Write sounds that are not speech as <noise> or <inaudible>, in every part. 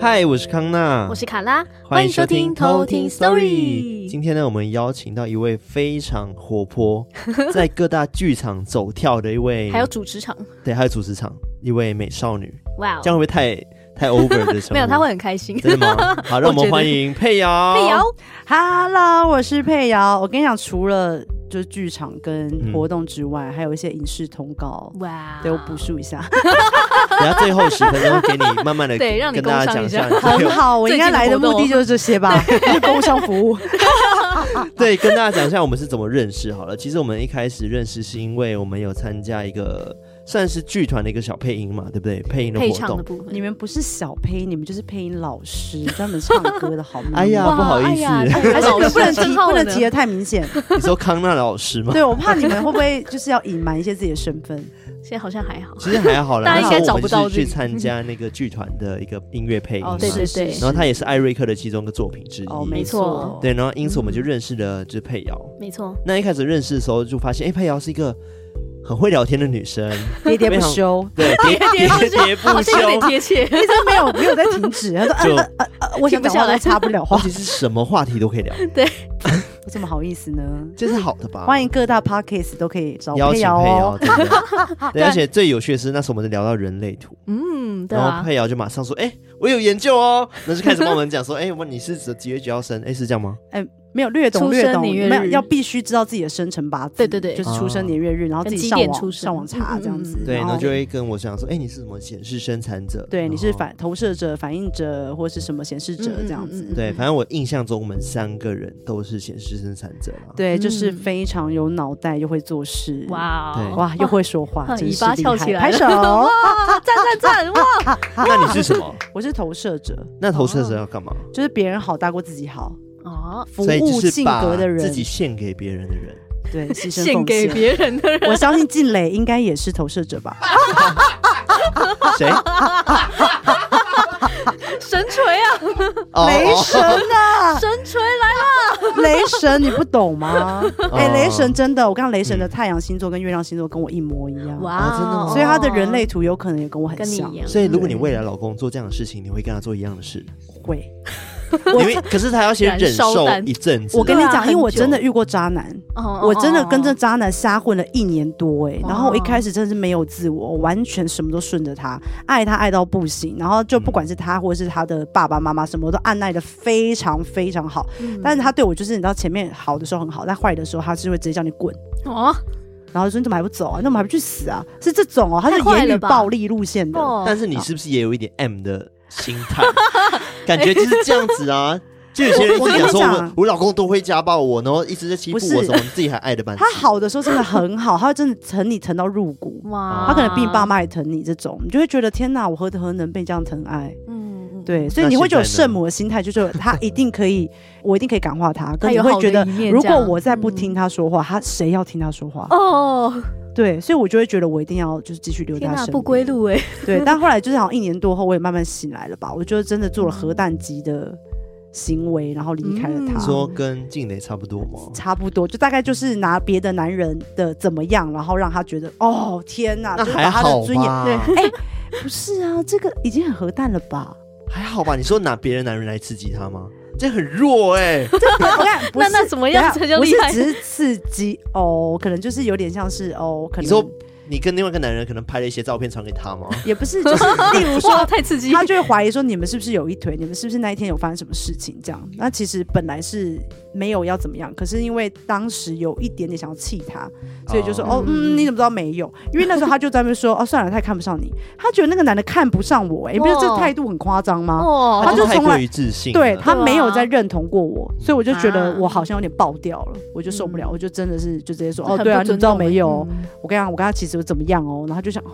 嗨，我是康娜，我是卡拉，欢迎收听偷听 Story。今今天呢，我们邀请到一位非常活 <laughs> 泼，在各大剧场走跳的一位，还嗯有主职场，对，还有主持场一位美少女，哇这样会哦，不会太太 over 的 <laughs> 没有，他会很开心。真的吗？ <laughs> 好，让我我们觉得欢迎佩瑶。佩哦瑶， Hello，我是佩瑶。我跟你讲，除了就是剧场跟嗯活动之外，还有一些影视通告。哇，哦对我补述一下， <laughs> 等下最后十分钟给你慢慢的 <laughs> 对让你跟大家工商讲一下下你最后，很好。我应该来的目嗯最的近就是这些吧， <laughs> 就是工商服务。对，跟大家讲一下我们是怎么认识好了。其实我们一开始认识是因为我们有参加一个算是剧团的一个小配音嘛，对不对？配音的配活唱动的。 <laughs> 部分，你们不是小配音，你们就是配音老师，专门唱歌的好吗？哎呀哇不好意思 <laughs> 哎呀还是你们不能老师提，称号不能呢提的太 <laughs> 明显。你说康纳老师吗？对，我怕你们会不会就是要隐瞒一些自己的身份？现在好像还好。其实还好啦，大家那应该时候我找不们到是去自己参加那个剧团的一个音乐配音嘛，哦，对对是对是然后是它哎也是艾瑞克的其中一个作品之一。哦，没没错错，对，然后因此我们就认识了就是佩瑶。没 <laughs> 错，那一开始认识的时候就发现，哎、佩瑶是一个很会聊天的女 <laughs> 生，喋喋不 <laughs> 休，对，喋喋喋喋好不像有点休，贴切。一直没有没有在停止。他说就 <laughs> 呃呃呃呃，我想停不讲下话来都插不了而话， <laughs> 且是什么话题都可以聊，我怎么好意思呢？这是好的吧？欢迎各大 podcast 都可以找邀佩请瑶佩瑶，。<laughs> 哦对不对对，而且最有趣的是那时候我们聊到人类图，嗯，对然后啊，佩瑶就马上说，哎、我有研究哦，那就开始帮我们讲说，哎、我你是几几月几号生？哎、是这样吗？哎，没有略懂出生略懂，年月日没有要必须知道自己的生辰八字。对对对就是出生年月日，然后自己上跟几点出网生上网查这样嗯子嗯嗯。啊对，然后就会会哦跟我讲说，哎、你是什么显示生产者？对然你是后反投射者、反应者或是什么显示者嗯嗯这样子嗯嗯。对，反正我印象中我们三个人都是显示生产者啦。对，嗯就是非常有脑袋，又会做事。哇哦，哇，又会说话 <laughs> 啊，真尾是巴厉翘起害！来拍了手。哇，赞赞赞， <laughs> 哇， <laughs> 那你是什么？我是投射者，那投射者要干嘛？就是别人好大过自己好，哦，哦服所以务就是性把格的人，自己献给别人的 <laughs> 人。对牺牲献奉给献。别人的人，我相信静蕾应该也是投射者吧？谁？哦神锤 <laughs> 啊，哦雷神啊，神锤来了， <laughs> 雷神，你不懂吗？哦哎、雷神真的，我看雷神的太阳星座跟月亮星座跟我一模一样，哇，真的哦所以他的人类图有可能也跟我很跟你像一。样，所以如果你未来老公做这样的事情，你会跟他做一样的 <laughs> 事。会，因为可是他要先忍受一阵子。我跟你对啊讲，因为我很久真的遇过渣男，哦我真的跟这渣男瞎混了一年多、哎，哇然后我一开始真的是没有自我，我完全什么都顺着他，爱他爱到不行，然后就不管是他或者是他的爸爸妈妈什么，我都按耐的非常非常好。但是他对我就是，你知道前面好的时候很好，但坏的时候他是会直接叫你滚。哦然后就说你怎么还不走啊？那我们还不去死啊？是这种哦，他是太坏言了语吧暴力路线的。哦，但是你是不是也有一点 M 的心 <laughs> 态？感觉就是这样子啊。就有些人一我我直跟讲你说讲我我老公都会家暴我，然后一直在欺负不是我，什么你自己还爱的半死 <laughs> 他。好的时候真的很好，他会真的疼你疼到入骨，哇，他可能比你爸，妈也疼你这种，你就会觉得天哪，我何德何能被这样疼爱？嗯，对，所以那你会现在有呢圣母的心态，就是他一定 <laughs> 可以，我一定可以感化他，他跟你有会好的觉得一面如这果样我再不嗯听他说话，他谁要听他说话？哦，对，所以我就会觉得我一定要就是继续留在天他哪，身边。不归路哎，对，但后来就是好像一年多后，我也慢慢醒来了吧，我就真的做了核弹级的行为，然后离开了他。嗯说跟静蕾差不多吗？差不多，就大概就是拿别的男人的怎么样，然后让他觉得哦天哪，那就是还把他好的尊严。哎吧？对不是啊，这个已经很核弹了吧？ <laughs> 还好吧？你说拿别人男人来刺激他吗？这很弱 <laughs> 哎、我看不那是那怎么样等才一下叫不厉是害？只是刺激哦，可能就是有点像是哦，可你说能你跟另外一个男人可能拍了一些照片传给他吗？也不 <laughs> 是，就是例如哇，说。太刺激，他就会怀疑说你们是不是有一腿，你们是不是那一天有发生什么事情这样？那其实本来是没有要怎么样，可是因为当时有一点点想要气他， <laughs> 所以就说哦哦，嗯，你怎么知道没有？因为那时候他就在那边说，哦，算了，他也看不上你，他觉得那个男的看不上我、哎，你不觉得这哦态度很夸张吗？哦，他就太从过来于自信了，哦对他对啊没有再认同过我，所以我就觉啊得我好像有点爆掉了，我就受不了，嗯我就真的是就直接说，很哦，不对啊，你怎尊么知道重没有？嗯我跟他，我跟他其实怎么样哦，然后他就想，哦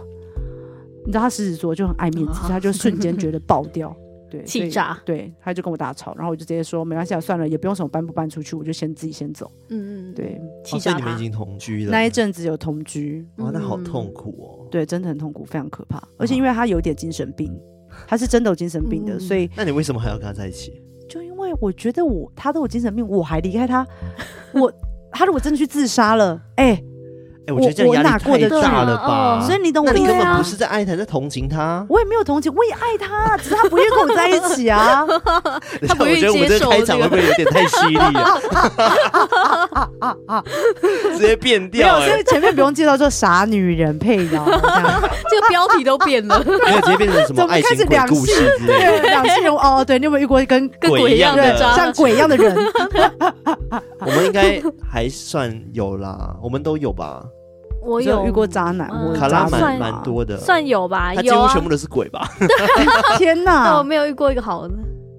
你知道他狮子座就很爱面子，啊所以他就瞬间觉得爆掉。对，气所以炸对，他就跟我大吵，然后我就直接说没关系，啊，算了，也不用什么搬不搬出去，我就先自己先走。嗯嗯，嗯，对，气哦，所以炸你们他已，经同居了。那一阵子有同居，哇，那好嗯痛苦哦。对，真的很痛苦，非常可怕。而且嗯因为他有点精神病，他是真的有精神病的，嗯所以那你为什么还要跟他在一起？就因为我觉得我他都有精神病，我还离开他，我他如果真的去自杀了，哎、哎，我觉得这样我压哪过力太得去啊哦大了嗯吧？所以你懂我那的你意根思本吗不？是在爱他，在同情他。我也没有同情，我也爱他，只是他不愿意跟我在一起 <laughs> 啊。等一下 <laughs> 不我愿意觉得我们接这受个开场这会个不会有点太犀利了？ <laughs> 直接变没有调，所以哎，前面不用介绍，就傻女人配角这样。 <laughs> 这个标题都变了，没有直接变成什么怎么爱开情始鬼两故事之类的。对，两性人物哦，对，你有没有遇过跟跟鬼鬼一一样样的的渣像鬼一样的人？我们应该还算有啦， <laughs> 我们都有吧？我只有遇过渣男，嗯我卡拉渣男蛮算蛮 <laughs> 多的，算有吧，他几乎有啊全，部都是鬼吧？ <laughs> 天但我哪，没有遇过一个好的，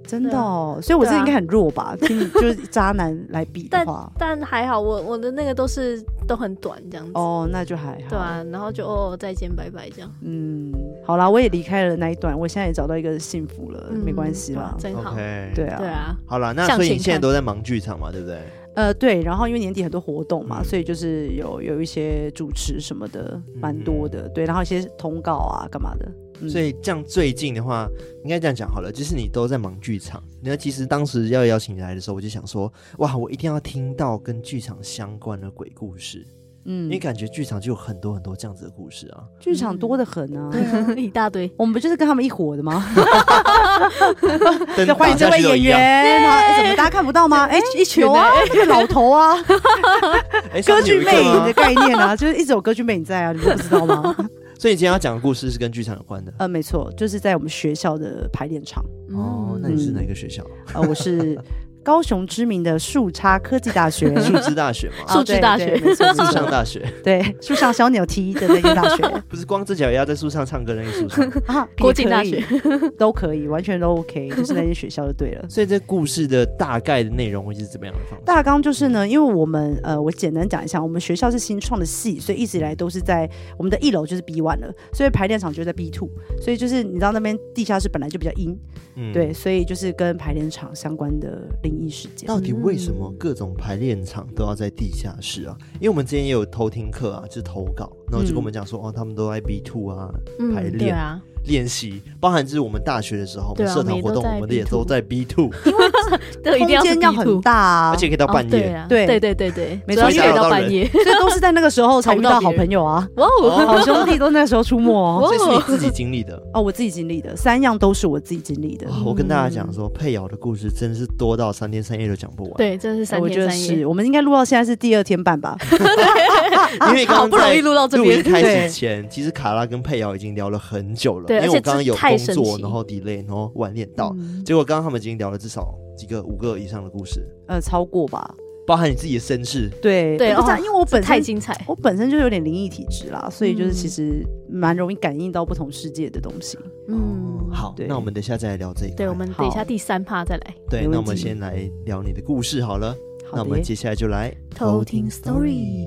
真的啊哦，所以我这应该很弱吧？ <laughs> 听你就是渣男来比的话，但还好我我的那个都是都很短这样子，哦，那就还好。对啊，然后就哦再见拜拜这样，嗯，好啦，我也离开了那一段，我现在也找到一个幸福了，嗯呃没关系啦。对啊真好， OK，对，啊，对啊，好了，那向所以前你现在看都在忙剧场嘛，对不对？呃，对，然后因为年底很多活动嘛，嗯所以就是有有一些主持什么的，蛮嗯多的，对，然后一些通告啊，干嘛的，嗯所以这样最近的话，应该这样讲好了，就是你都在忙剧场。那其实当时要邀请你来的时候，我就想说，哇，我一定要听到跟剧场相关的鬼故事，因嗯为，感觉剧场就有很多很多这样子的故事啊。剧场多得很啊。嗯 <laughs> 一大堆，我们不就是跟他们一伙的吗？灯就 <laughs> 欢迎打下这位去都演一样，员，然后哎怎么大家看不到吗？哎，一群有啊，那个老头啊， <laughs> 哎歌剧魅影。上次有一的个吗概念啊，就是一直有歌剧魅影在啊，你们不知 <laughs> 道吗？所以你今天要讲的故事是跟剧场有关的。呃，没错，就是在我们学校的排练场，嗯哦，那你是哪个学校？呃，我是高雄知名的树叉科技大学。树枝大学啊嘛， <laughs> 树枝大对对学没错没树上错大学，对树上小鸟踢的那个大学 <laughs> <laughs> 不是光只脚也要在树上唱歌那个树 <laughs> 上。啊，国也景可大以都可以，完全都 <laughs> OK，就是那些学校就对了。所以这故事的大概的内容会是怎么样的方式？大纲就是呢，因为我们呃，我简单讲一下，我们学校是新创的系，所以一直以来都是在我们的一楼就是 B one 了，所以排练场就在 B two，所以就是你知道那边地下室本来就比较阴，嗯对，所以就是跟排练场相关的灵异事哦件。到底为什么各种排练场都要在地下室啊？因为我们之前也有偷听课啊，就是投稿，然后就跟我们讲说，哦，他们都在 B two 啊嗯排对练、啊，练习，包含就是我们大学的时候，我对们啊社团活动，我们我也都在们的也 B2 都在 B two，这一定空要是间要 B 很 two 大、啊，而且可以到半夜。哦对对啊对对对对，没主错要是因为可以找到到半人 <laughs> 夜，所以都是在那个时候才遇到好朋友啊， <laughs> 哇哦， <laughs> 好兄弟都那时候出没 <laughs> 哦。所以是你自己经历 <laughs> 的。哦，我自己经历的三样都是我自己经历哦的。我跟大家讲说，佩瑶的故事真的是多到三天三夜都讲不完。对，真的是哎三我觉天得三夜是，我们应该录到现在是第二天半吧。 <laughs> 因为刚啊好刚不容易在录到这录音边，开对始前，其实卡拉跟佩瑶已经聊了很久了，对因为而我且刚刚有这太工神作，奇然后 delay，然后晚点到，嗯结果刚刚他们已经聊了至少几个五个以上的故事。呃，超过吧？包含你自己的身世，对对我不知道哦因为我本太身精彩，我本身就有点灵异体质啦，所以就是嗯其实蛮容易感应到不同世界的东西。嗯嗯，，好，对那我们等一下再来聊这一块。对，我们等一下第三趴再来对，没问那我们题先来聊你的故事好了。那好我的们，接下来就来偷听 story。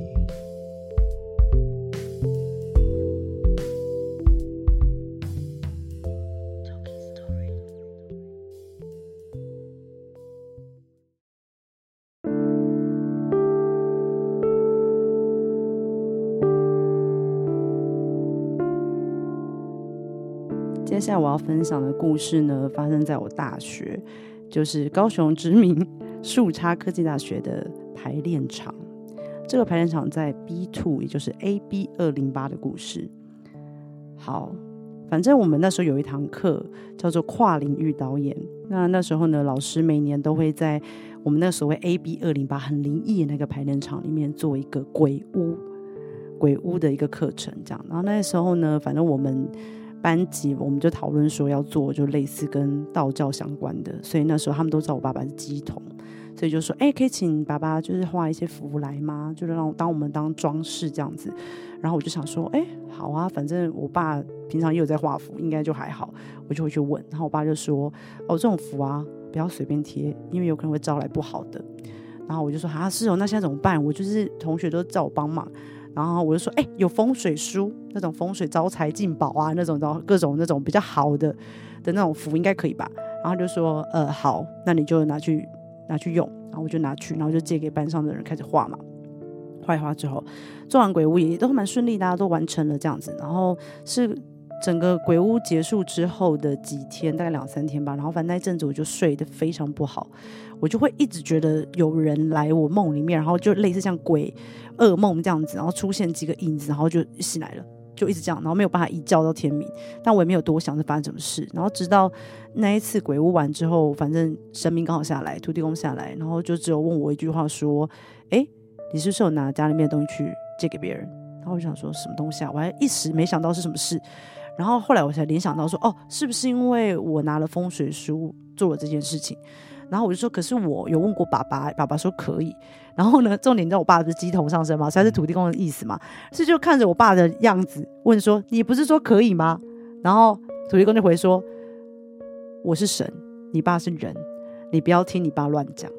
接下来我要分享的故事呢，发生在我大学，就是高雄知名树叉科技大学的排练场。这个排练场在 B two，也就是 A B 二零八的故事。好，反正我们那时候有一堂课叫做跨领域导演。那那时候呢，老师每年都会在我们那所谓 A B 二零八很灵异的那个排练场里面做一个鬼屋鬼屋的一个课程，这样。然后那时候呢，反正我们班级，我们就讨论说要做就类似跟道教相关的，所以那时候他们都知道我爸爸是鸡童，所以就说，哎、可以请爸爸就是画一些符来吗？就是让我当我们当装饰这样子。然后我就想说，哎、好啊，反正我爸平常也有在画符，应该就还好，我就会去问。然后我爸就说，哦，这种符啊，不要随便贴，因为有可能会招来不好的。然后我就说啊，是哦，那现在怎么办？我就是同学都叫我帮忙，然后我就说，哎、有风水书那种风水招财进宝啊，那种然后各种那种比较好的的那种符应该可以吧？然后他就说，呃，好，那你就拿去拿去用。然后我就拿去，然后就借给班上的人开始画嘛。画一画之后，做完鬼屋也都蛮顺利的啊、大家都完成了这样子。然后是整个鬼屋结束之后的几天，大概两三天吧，然后反正那一阵子我就睡得非常不好，我就会一直觉得有人来我梦里面，然后就类似像鬼噩梦这样子，然后出现几个影子，然后就醒来了。就一直这样，然后没有办法一觉到天明，但我也没有多想是发生什么事。然后直到那一次鬼屋完之后，反正神明刚好下来，土地公下来，然后就只有问我一句话说：“哎，你是不是有拿家里面的东西去借给别人？”然后我就想说什么东西啊，我还一时没想到是什么事。然后后来我才联想到说：“哦，是不是因为我拿了风水书做了这件事情？”然后我就说：“可是我有问过爸爸，爸爸说可以。”然后呢，重点你知道我爸不是鸡头上身吗？所以他是土地公的意思嘛。是就看着我爸的样子问说：“你不是说可以吗？”然后土地公就回说：“我是神，你爸是人，你不要听你爸乱讲，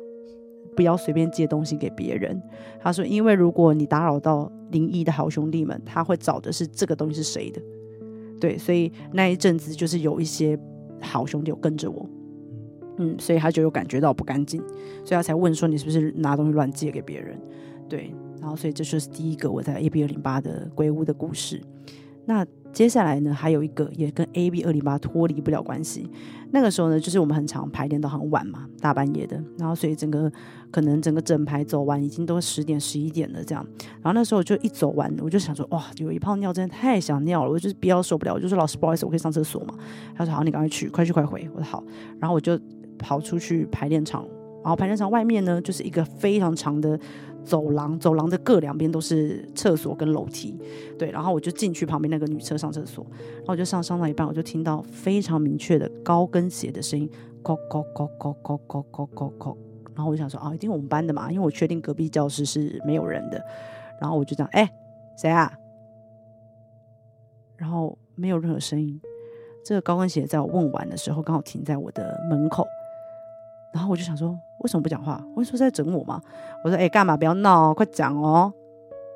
不要随便借东西给别人。”他说：“因为如果你打扰到灵异的好兄弟们，他会找的是这个东西是谁的。”对，所以那一阵子就是有一些好兄弟有跟着我。嗯，所以他就有感觉到不干净，所以他才问说你是不是拿东西乱借给别人？对，然后所以这就是第一个我在 A B 二零八的鬼屋的故事。那接下来呢，还有一个也跟 A B 二零八脱离不了关系。那个时候呢，就是我们很常排练到很晚嘛，大半夜的，然后所以整个可能整个整排走完已经都十点十一点了这样。然后那时候我就一走完，我就想说哇，有一泡尿真的太想尿了，我就是比较受不了，我就说老师不好意思，我可以上厕所嘛？他说好，你赶快去，快去快回。我说好，然后我就跑出去排练场，然后排练场外面呢就是一个非常长的走廊，走廊的各两边都是厕所跟楼梯，对，然后我就进去旁边那个女厕上厕所，然后我就上上到一半，我就听到非常明确的高跟鞋的声音，咯咯咯咯咯咯咯咯咯，然后我就想说啊，一定我们班的嘛，因为我确定隔壁教室是没有人的，然后我就这样，哎、谁啊？然后没有任何声音。这个高跟鞋在我问完的时候，刚好停在我的门口，然后我就想说，为什么不讲话？我说在整我吗？我说，哎、干嘛？不要闹哦，快讲哦！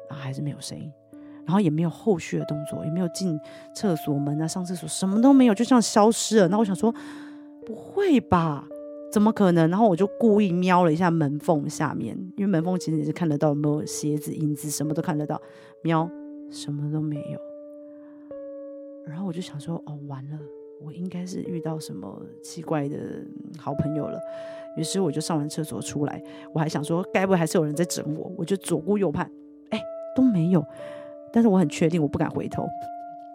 然后还是没有声音，然后也没有后续的动作，也没有进厕所门啊、上厕所，什么都没有，就这样消失了。那我想说，不会吧？怎么可能？然后我就故意瞄了一下门缝下面，因为门缝其实你是看得到有没有鞋子、影子，什么都看得到。瞄，什么都没有。然后我就想说，哦，完了，我应该是遇到什么奇怪的嗯好朋友了。于是我就上完厕所出来，我还想说，该不会还是有人在整我？我就左顾右盼，哎，都没有。但是我很确定，我不敢回头，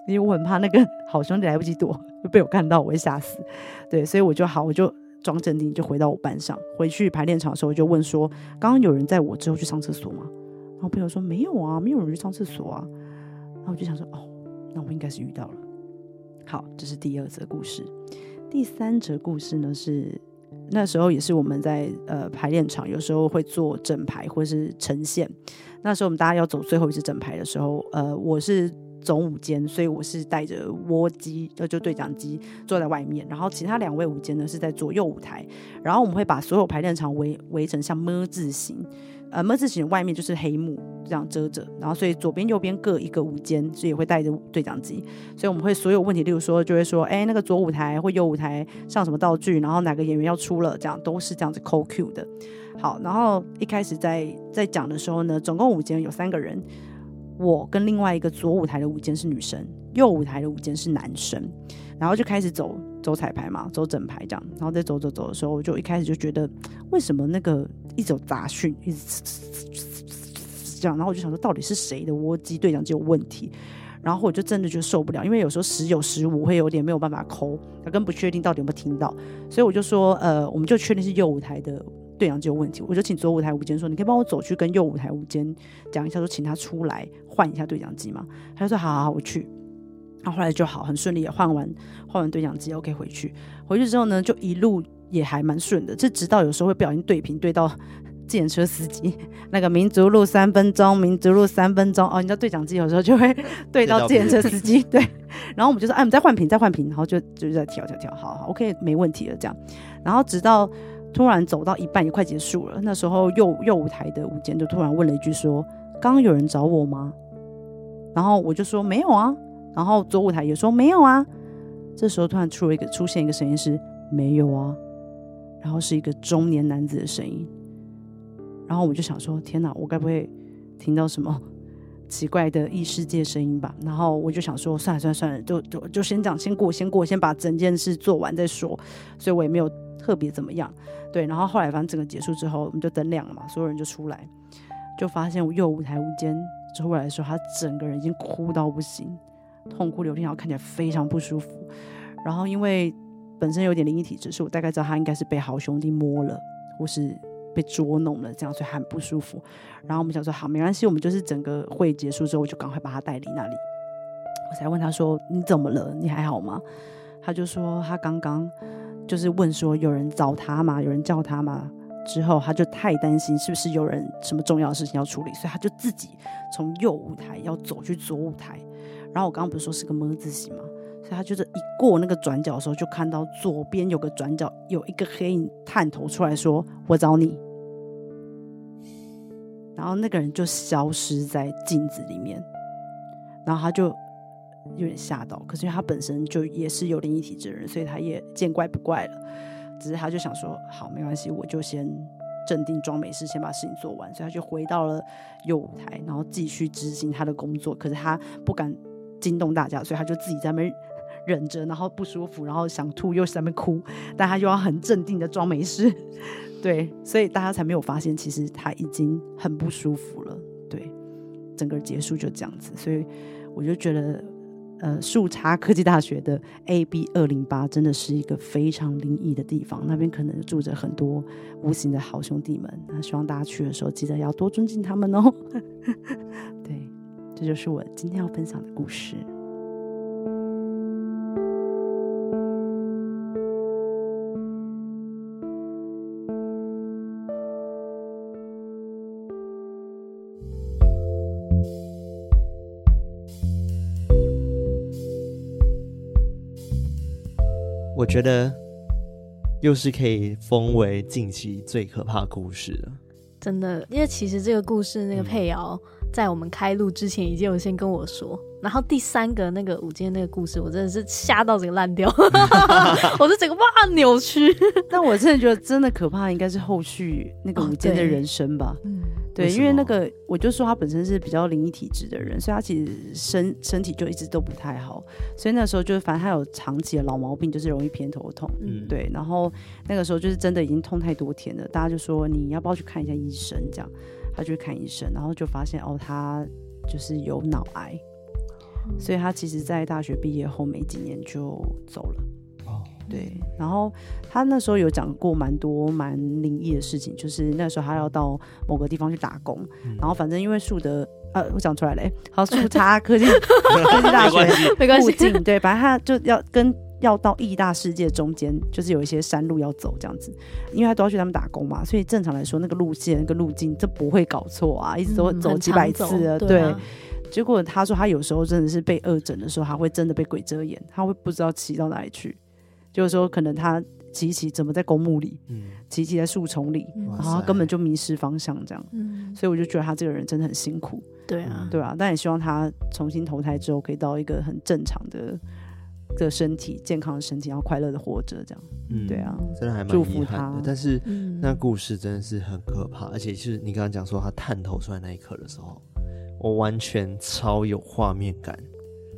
因为我很怕那个 <laughs> 好兄弟来不及躲，就被我看到，我会吓死。对，所以我就好，我就装镇定，就回到我班上。回去排练场的时候，我就问说，刚刚有人在我之后去上厕所吗？然后朋友说没有啊，没有人去上厕所啊。然后我就想说，哦，那我应该是遇到了。好，这是第二则故事。第三则故事呢是那时候也是我们在呃排练场，有时候会做整排或是呈现。那时候我们大家要走最后一次整排的时候，呃，我是总舞间，所以我是带着窝机，呃，就对讲机坐在外面，然后其他两位舞间呢是在左右舞台，然后我们会把所有排练场围围成像么字形。呃，么字形的外面就是黑幕，这样遮着，然后所以左边右边各一个舞间，所以也会带着对讲机。所以我们会所有问题，例如说就会说，哎，那个左舞台或右舞台上什么道具，然后哪个演员要出了，这样都是这样子扣 Q 的。好，然后一开始在在讲的时候呢，总共五间有三个人，我跟另外一个左舞台的舞间是女生，右舞台的舞间是男生，然后就开始走走彩排嘛，走整排这样，然后再走走走的时候，我就一开始就觉得为什么那个一直有杂讯，一直这样，然后我就想说到底是谁的窝机对讲机有问题，然后我就真的就受不了，因为有时候时有时无，会有点没有办法抠，跟不确定到底有没有听到，所以我就说，呃，我们就确定是右舞台的对讲机有问题，我就请左舞台舞间说，你可以帮我走去跟右舞台舞间讲一下，说请他出来换一下对讲机嘛。他就说，好好好，我去。然后后来就好，很顺利也换完换完对讲机，OK 回去。回去之后呢，就一路也还蛮顺的，这直到有时候会不小心对屏对到自行车司机那个民族路三分钟，民族路三分钟哦，你知道对讲机有时候就会对到自行车司机，对。然后我们就说，哎、我们再换屏，再换屏，然后就就在调调调，好好，OK，没问题了这样。然后直到突然走到一半，也快结束了，那时候右右舞台的舞间就突然问了一句说：“刚刚有人找我吗？”然后我就说没有啊，然后左舞台也说没有啊。这时候突然出了一个出现一个声音是没有啊，然后是一个中年男子的声音，然后我就想说天哪，我该不会听到什么奇怪的异世界声音吧。然后我就想说，算了算了算了，就就就先这样，先过先过，先把整件事做完再说。所以我也没有特别怎么样。对，然后后来反正整个结束之后，我们就灯亮了嘛，所有人就出来，就发现我右舞台无间出来的时候，他整个人已经哭到不行，痛哭流涕，然后看起来非常不舒服。然后因为本身有点灵异体质，所以我大概知道他应该是被好兄弟摸了，或是被捉弄了这样，所以很不舒服。然后我们想说，好，没关系，我们就是整个会结束之后，我就赶快把他带离那里。我才问他说：“你怎么了？你还好吗？”他就说他刚刚就是问说有人找他吗？有人叫他吗？之后他就太担心是不是有人什么重要的事情要处理，所以他就自己从右舞台要走去左舞台。然后我刚刚不是说是个么字形吗？所以他就是一过那个转角的时候，就看到左边有个转角有一个黑影探头出来说：“我找你。”然后那个人就消失在镜子里面，然后他就有点吓到。可是因为他本身就也是有灵异体质的人，所以他也见怪不怪了。只是他就想说，好，没关系，我就先镇定装没事，先把事情做完。所以他就回到了右舞台，然后继续执行他的工作。可是他不敢惊动大家，所以他就自己在那边忍着，然后不舒服，然后想吐又在那边哭，但他又要很镇定的装没事。 <laughs> 对，所以大家才没有发现，其实他已经很不舒服了。对，整个结束就这样子，所以我就觉得，呃，树叉科技大学的 AB 二零八真的是一个非常灵异的地方，那边可能住着很多无形的好兄弟们。那希望大家去的时候，记得要多尊敬他们哦。 <laughs> 对，这就是我今天要分享的故事。我觉得又是可以封为近期最可怕的故事了。真的，因为其实这个故事那个配瑶在我们开录之前已经有先跟我说，然后第三个那个午间那个故事，我真的是吓到整个烂掉， <laughs> 我是整个哇扭曲。 <laughs> 但我真的觉得真的可怕，应该是后续那个哦午间的对人生吧。嗯，对，为什因为那么个我就说他本身是比较灵异体质的人，所以他其实身身体就一直都不太好，所以那时候就是反正他有长期的老毛病，就是容易偏头痛。嗯，对，然后那个时候就是真的已经痛太多天了，大家就说你要不要去看一下医生？这样，他就去看医生，然后就发现哦，他就是有脑癌，哦所以他其实在大学毕业后没几年就走了。哦对，然后他那时候有讲过蛮多蛮灵异的事情，就是那时候他要到某个地方去打工，嗯然后反正因为树德，呃，我讲出来嘞、好，树查 <laughs> 科技科技大没学关系，没关附系，近，对，反正他就要跟要到义大世界中间，就是有一些山路要走这样子，因为他都要去他们打工嘛，所以正常来说那个路线、那个路径这不会搞错啊，一直都嗯走很几百常次了，走对。啊结果他说他有时候真的是被恶整的时候，他会真的被鬼遮眼，他会不知道骑到哪里去，就是说可能他骑一骑怎么在公墓里，嗯，骑一骑在树丛里，嗯哇然后他根本就迷失方向这样，嗯，所以我就觉得他这个人真的很辛苦。对啊，对啊，但也希望他重新投胎之后可以到一个很正常的的身体、健康的身体，然后快乐的活着，这样。嗯对啊，真的还蛮祝福遗憾的他，但是嗯，那故事真的是很可怕，而且是你刚刚讲说他探头出来那一刻的时候，我完全超有画面感，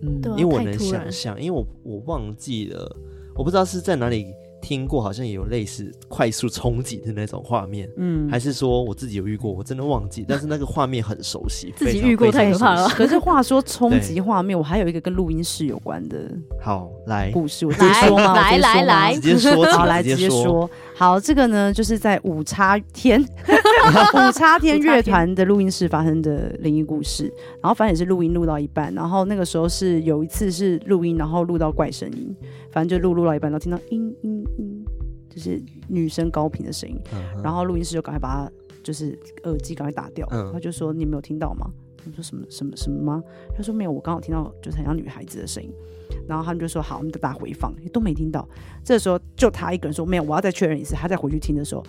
嗯，对啊因为我太能突想然象，因为我我忘记了，我不知道是在哪里听过，好像也有类似快速冲击的那种画面，嗯还。是说我自己有遇过，我真的忘记，但是那个画面很熟悉，自己非常遇过太可怕。非了常熟 <laughs> 可是话说，冲对击画面，我还有一个跟录音室有关的悉好，来故事，我直接来说吗？我来直接来说吗来直，接说，请直好，来接说。说。好，这个呢，就是在五叉天 <laughs> 五叉天乐团的录音室发生的灵异故事。然后反正也是录音录到一半，然后那个时候是有一次是录音，然后录到怪声音，反正就录录到一半，然后听到音音音，就是女生高频的声音。嗯然后录音师就赶快把他就是耳机赶快打掉，嗯他就说你没有听到吗？我说什么什么什么吗？他说没有，我刚好听到就是很像女孩子的声音。然后他们就说好，我们就打回放，都没听到。这时候就他一个人说没有，我要再确认一次。他再回去听的时候，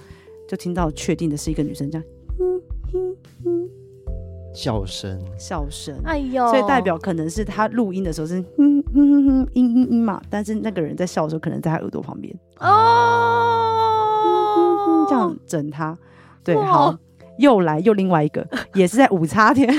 就听到确定的是一个女生这样笑声，笑声， <laughs> 哎呦，所以代表可能是他录音的时候是嗯嗯嗯嗯嗯嗯嗯嘛，但是那个人在笑的时候可能在他耳朵旁边。嗯哦，这样整他。对，哇好，又来又另外一个，也是在五叉天。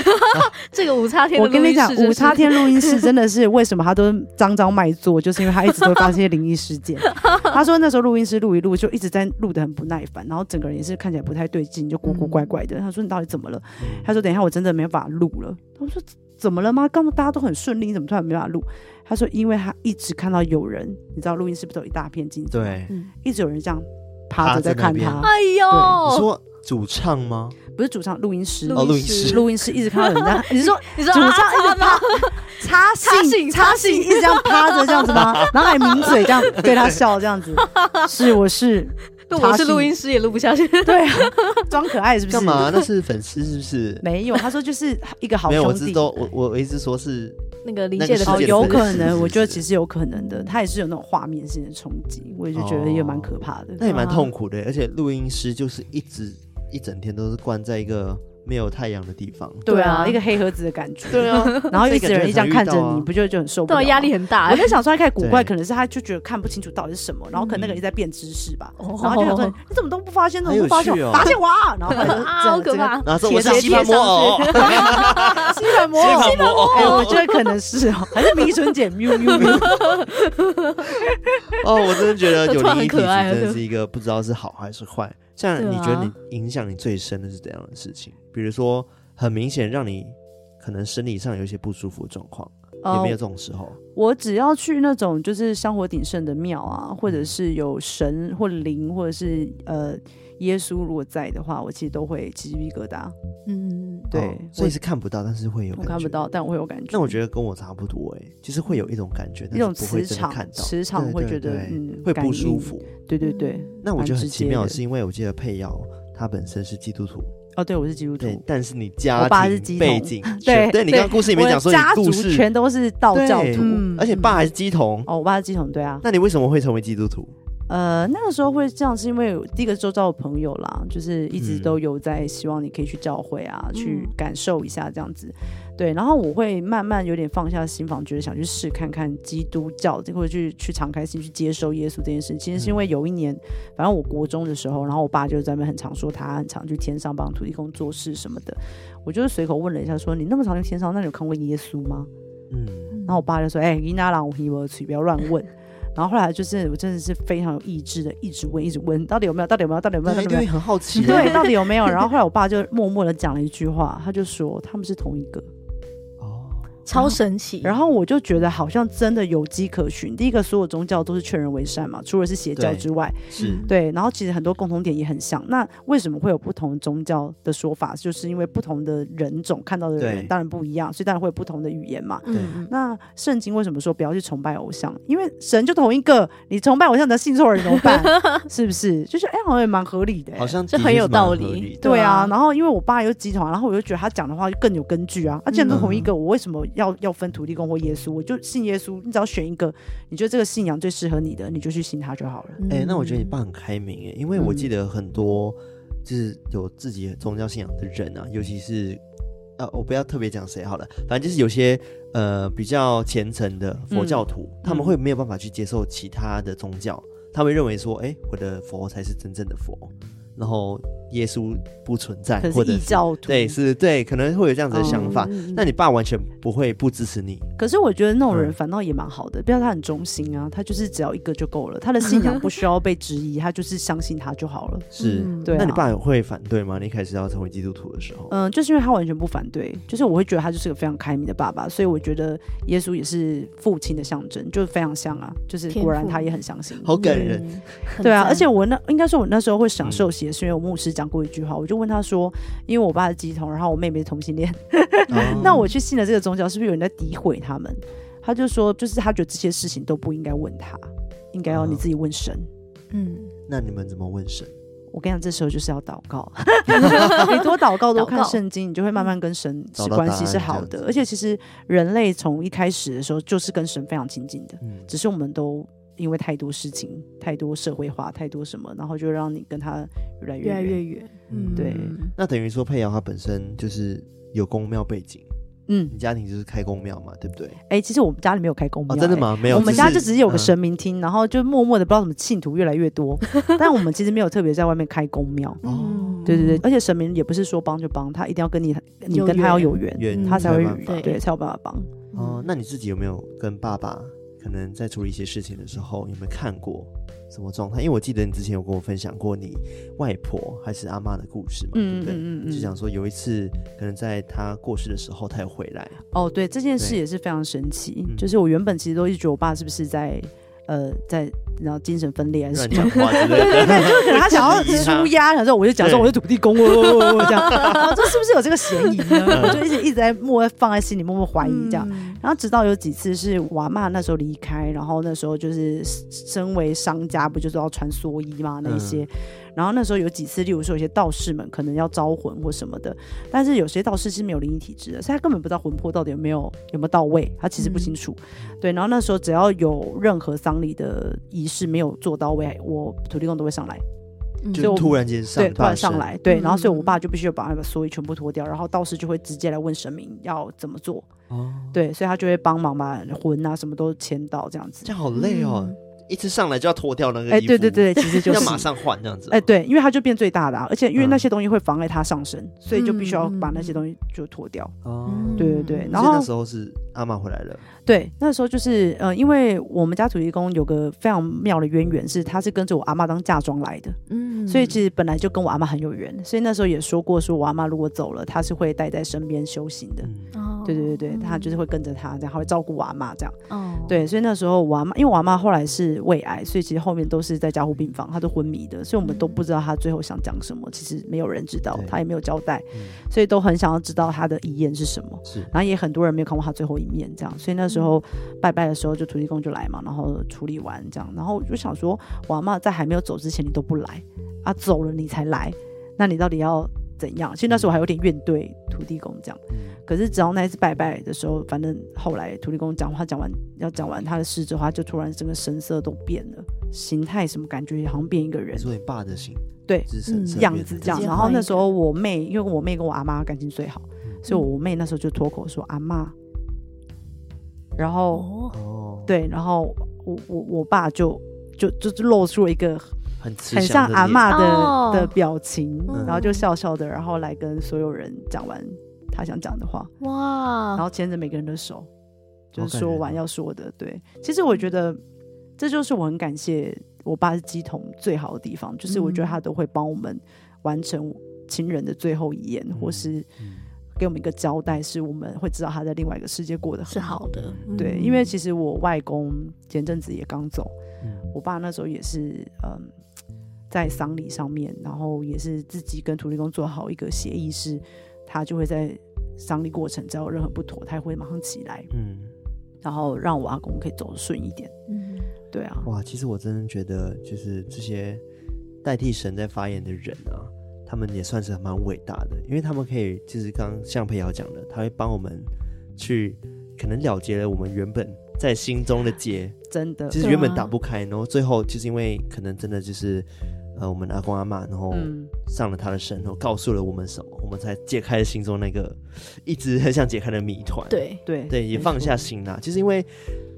这个五叉天，我跟你讲，五叉，天录音室真的是为什么他都张张卖座，就是因为他一直都会发生一些灵异事件。他说那时候录音师录一录，就一直在录的很不耐烦，然后整个人也是看起来不太对劲，就咕咕怪怪的。他说你到底怎么了？他说等一下我真的没有办法录了。我说怎么了吗？刚刚大家都很顺利，你怎么突然没办法录？他说因为他一直看到有人，你知道录音室不是有一大片镜子，，对，嗯一直有人这样趴着在看趴在那他边，哎呦，你说主唱吗？不是主唱，录音师。哦录音师录音师一直看到人家，你是说你主说唱啊一直趴插插信信插插信，信一直这样趴着这样子吗？然后还抿嘴这样对他笑这样子，是我是那我是录音师也录不下去，对啊，装可爱是不是？干 <laughs> 嘛？那是粉丝是不是？没有，他说就是一个好没有，我兄是弟。都我我我一直说是那个临那界个的世哦，界有粉丝可能，是我觉得是其实有可能的，他也是有那种画面性的冲击，我也就觉得也蛮可怕的。那也蛮哇痛苦的，而且录音师就是一直一整天都是关在一个没有太阳的地 <laughs> 方。对对啊，啊一个黑盒子的感觉，对啊， <laughs> 然后一直有这人个一这样很常遇看着到啊你，不就就很受不对了啊，吗？压力很 <laughs> 大我。在想说他开始古怪，对嗯可能是他就觉得看不清楚到底是什么，然后可能那个人在变知识吧，哦然后就想说你怎么都不发现，怎么不发现好有趣哦我，发现我啊， <laughs> 然后他就啊，好可怕！然后说贴我是贴西哦班上魔偶， <laughs> 西西本魔偶， <laughs> 班魔偶，哎，我觉得可能是哦， <laughs> 还是迷 <laughs> 春姐喵喵喵，哦，我真的觉得有灵异体质突然很可爱真的是一个不知道是好还是坏。像对啊你觉得你影响你最深的是怎样的事情？比如说，很明显让你可能生理上有一些不舒服的状况，有哦没有这种时候？呃我只要去那种就是香火鼎盛的庙啊，或者是有神或灵，或者是呃耶稣如果在的话，我其实都会起鸡皮疙瘩。嗯，对哦所以是看不到，但是会有我感看不觉。到，但我会有感觉。那我觉得跟我差不多哎、就是会有一种感觉，一但种是不磁会真的场看，到，磁场对会对觉得对嗯会感不舒应。服。对对对，那我觉得很奇妙，蛮直接的是因为我记得佩瑶她本身是基督徒，哦，对我是基督徒对，，但是你家我爸是庭基背督景，对对你对刚刚故事里面我讲说你家族故事全都是道教对徒。嗯而且爸还是鸡童，哦，我爸是基督徒，对啊。那你为什么会成为基督徒？呃，那个时候会这样，是因为第一个周遭的朋友啦，就是一直嗯都有在希望你可以去教会啊，去嗯感受一下这样子。对，然后我会慢慢有点放下心防，觉得想去试看看基督教，或者去去敞开心去接受耶稣这件事。其实是嗯因为有一年，反正我国中的时候，然后我爸就在那边很常说他很常去天上帮土地公做事什么的。我就是随口问了一下说，你那么常去天上，那你有看过耶稣吗？嗯，然后我爸就说：“哎、你那让我皮我去，不要乱问。”然后后来就是我真的是非常有意志的，一直问，一直问，到底有没有？到底有没有？到底有没有？到对，底一有没定有会很好奇。对，到底有没有？然后后来我爸就默默的讲了一句话，他就说他们是同一个。嗯哦，超神奇。嗯然后我就觉得好像真的有迹可循。第一个，所有宗教都是劝人为善嘛，除了是邪教对之外，是嗯对，然后其实很多共同点也很像。那为什么会有不同宗教的说法？就是因为不同的人种看到的人对当然不一样，所以当然会有不同的语言嘛。对嗯，那圣经为什么说不要去崇拜偶像？因为神就同一个，你崇拜偶像，你的信错人怎么 <laughs> 办？是不是？就是哎、好像也蛮合理的、好。像这的确很有是蛮道合理理的。对啊，对啊然后因为我爸又集团，然后我就觉得他讲的话就更有根据嗯啊。他既然都同一个，我为什么要要分土地公或耶稣？我就信耶稣，你只要选一个，你觉得这个信仰最适合你的，你就去信他就好了。嗯哎、那我觉得你爸很开明哎，因为我嗯记得很多就是有自己宗教信仰的人啊，尤其是呃，我不要特别讲谁好了，反正就是有些呃比较虔诚的佛教嗯徒，他们会没有办法去接受其他的宗教，他们认为说，哎、我的佛才是真正的佛，然后耶稣不存在，可或是者异教徒哦对，是对，可能会有这样子的想法。嗯嗯嗯那你爸完全不会不支持你，可是我觉得那种人嗯反倒也蛮好的，不要他很忠心啊，他就是只要一个就够了，他的信仰不需要被质疑，他就是相信他就好了。是，嗯对啊那你爸有会反对吗？你一开始要成为基督徒的时哦候，嗯，就是因为他完全不反嗯对，就是我会觉得他就是个非常开明的爸爸，所以我觉得耶稣也是父亲的象征，就是非常像啊，就是天果然赋他也很相信。好感人，嗯，对很赞啊，嗯而且我那应该说，我那时候会享受写，是因为我牧师讲过一句话，我就问他说，因为我爸是基同，然后我妹妹是同性恋，哦 <laughs> 那我去信了这个宗教，是不是有人在诋毁他们？他就说，就是他觉得这些事情都不应该问他，应该要你自己问神。嗯，那你们怎么问神？我跟你讲，这时候就是要祷 <laughs> 告，你多祷告，多看祷告圣经，你就会慢慢跟神是嗯找到关答系是案这好样的。子而且其实人类从一开始的时候就是跟神非常亲近的，嗯，只是我们都因为太多事情、太多社会化、太多什么，然后就让你跟他越来越越来远。越远。嗯，对那等于说佩瑶她本身就是有公庙背景，嗯，你家庭就是开公庙嘛，对不对？哎、其实我们家里没有开公庙、啊，真的哎？吗？没有，嗯我们家就只是有个神，神明厅，然后就默默的不知道怎么信徒越来越 <laughs> 多，但我们其实没有特别在外面开公庙。哦对对对，而且神明也不是说帮就帮，他一定要跟你，你嗯有跟他要缘有缘，缘他才会嗯才有办法对才有嗯办法帮。哦，那你自己有没有跟爸爸可能在处理一些事情的时候，有没有看过什么状态？因为我记得你之前有跟我分享过你外婆还是阿妈的故事嘛，对嗯不嗯对？嗯嗯就讲说有一次，可能在她过世的时候，她有回 <laughs> 来，哦，对，这件事对也是非常神奇嗯。就是我原本其实都一直觉得我爸是不是在呃在然后精神分裂还是乱什讲么。话之类 <laughs> 的。可能他想要舒压，然后我就讲说对我是土地公哦哦，哦哦这样，然后这是不是有这个嫌疑呢？我就一直一直在默默放在心里，默默怀疑这样。嗯然后直到有几次是我阿妈那时候离开，然后那时候就是身为商家，不就是要穿蓑衣嘛那一些。然后那时候有几次，例如说有些道士们可能要招魂或什么的，但是有些道士是没有灵异体质的，所以他根本不知道魂魄到底有没有有没有到位，他其实不清楚。对，然后那时候只要有任何丧礼的仪式没有做到位，我土地公都会上来，嗯所以就我突然间上，对，突然上，来，对，然后所以我嗯爸就必须要把他把蓑衣全部脱掉，然后道士就会直接来问神明要怎么做，哦，对，所以他就会帮忙把魂啊什么都签到这样子这。样好累哦，一次上来就要脱掉那个衣服，嗯哎，对对，对，其 <laughs> 实就要是马上换这样子，哎，，对，因为他就变最大的、啊，而且因为嗯那些东西会妨碍他上身，所以就必须要嗯把那些东西就脱掉。哦，嗯对对对，然所以后那时候是阿妈回来了，对那时候就是呃，因为我们家土地公有个非常妙的渊源，是他是跟着我阿妈当嫁妆来的，嗯所以其实本来就跟我阿妈很有缘，所以那时候也说过，说我阿妈如果走了，她是会带在身边修行的。嗯，哦对对对对，她就是会跟着她这样，她会照顾我阿妈这样。哦，对，所以那时候我阿妈，因为我阿妈后来是胃癌，所以其实后面都是在加护病房，她都昏迷的，所以我们都不知道她最后想讲什么，其实没有人知道对，她也没有交代，嗯所以都很想要知道她的遗言是什么。是，然后也很多人没有看过她最后一面，这样，所以那时候拜拜的时候，就土地公就来嘛，然后处理完这样，然后我就想说，我阿妈在还没有走之前你都不来，啊，走了你才来，那你到底要怎样？其实那时候我还有点怨对土地公这样。嗯可是只要那一次拜拜的时候，反正后来土地公讲话讲完要讲完他的事之后，他就突然整个神色都变了，形态什么感觉好像变一个人你说你爸的形，对是神圣样变子成这样。直接然换后一个那时候我妹，因为我妹跟我阿妈感情最好，嗯所以我妹那时候就脱口说阿妈，然后哦，哦，，对，然后我我我爸就就就就露出一个很慈很像祥的阿脸嬷的、哦的表情，嗯然后就笑笑的，然后来跟所有人讲完他想讲的话。然哇，后牵着每个人的手，就好是感说人完哦要说的。对，其实我觉得这就是我很感谢我爸是鸡童最好的地方，就是我觉得嗯他都会帮我们完成亲人的最后遗言，或嗯是嗯给我们一个交代，是我们会知道他在另外一个世界过得是很好好。的，对，嗯因为其实我外公前阵子也刚走，嗯我爸那时候也是嗯，在丧礼上面，然后也是自己跟土地公做好一个协议是，他就会在丧礼过程只要有任何不妥，他会马上起来，嗯。然后让我阿公可以走得顺一点。嗯对啊，哇，其实我真的觉得，就是这些代替神在发言的人啊，他们也算是蛮伟大的，因为他们可以，就是刚刚像佩瑶讲的，他会帮我们去可能了结了我们原本在心中的结，真的，就是原本对啊打不开，然后最后就是因为可能真的就是。呃，我们阿公阿妈，然后嗯，上了他的身，然后告诉了我们什么，我们才解开了心中那个一直很想解开的谜团。对，对对，也没放错下心啦。就是因为，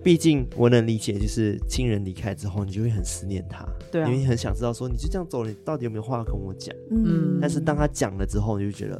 毕竟我能理解，就是亲人离开之后，你就会很思念他，对啊你会很想知道说，你就这样走了，你到底有没有话要跟我讲？嗯但是当他讲了之后，你就觉得，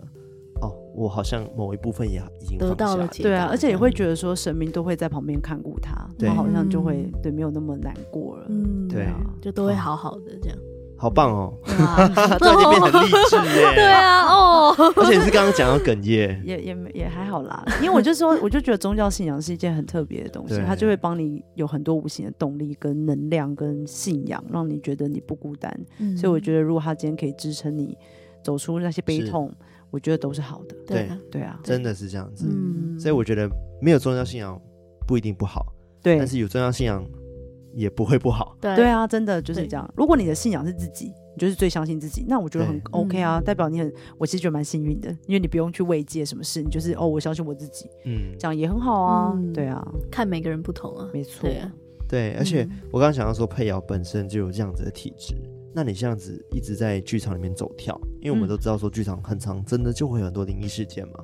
哦，我好像某一部分也已经得放到下了了。解对啊，答而且也会觉得说神明都会在旁边看顾他，嗯对他好像就会嗯对没有那么难过了。嗯对啊就都会好好的这样，好棒哦，哇， <laughs> 突然间变很励志耶。嗯对，啊，哦，而且你是刚刚讲到哽咽，也也没也还好 <laughs> 啦，因为我就说，我就觉得宗教信仰是一件很特别的东西，对它就会帮你有很多无形的动力、跟能量、跟信仰，让你觉得你不孤单。所以我觉得，如果它今天可以支撑你走出那些悲嗯是痛，我觉得都是好的。得对啊，对啊，真的是这样子。嗯所以我觉得没有宗教信仰不一定不好，对但是有宗教信仰也不会不好。对对，啊，真的就是对这样。如果你的信仰是自己，你就是最相信自己，那我觉得很对 OK 啊，嗯代表你很，我其实觉得蛮幸运的，因为你不用去慰藉什么事，你就是哦，我相信我自己，嗯，这样也很好啊。嗯对啊，看每个人不同啊，没错对，啊，对，而且嗯我刚刚想到说，佩瑶本身就有这样子的体质，那你这样子一直在剧场里面走跳，因为我们嗯都知道说剧场很长，真的就会有很多灵异事件嘛。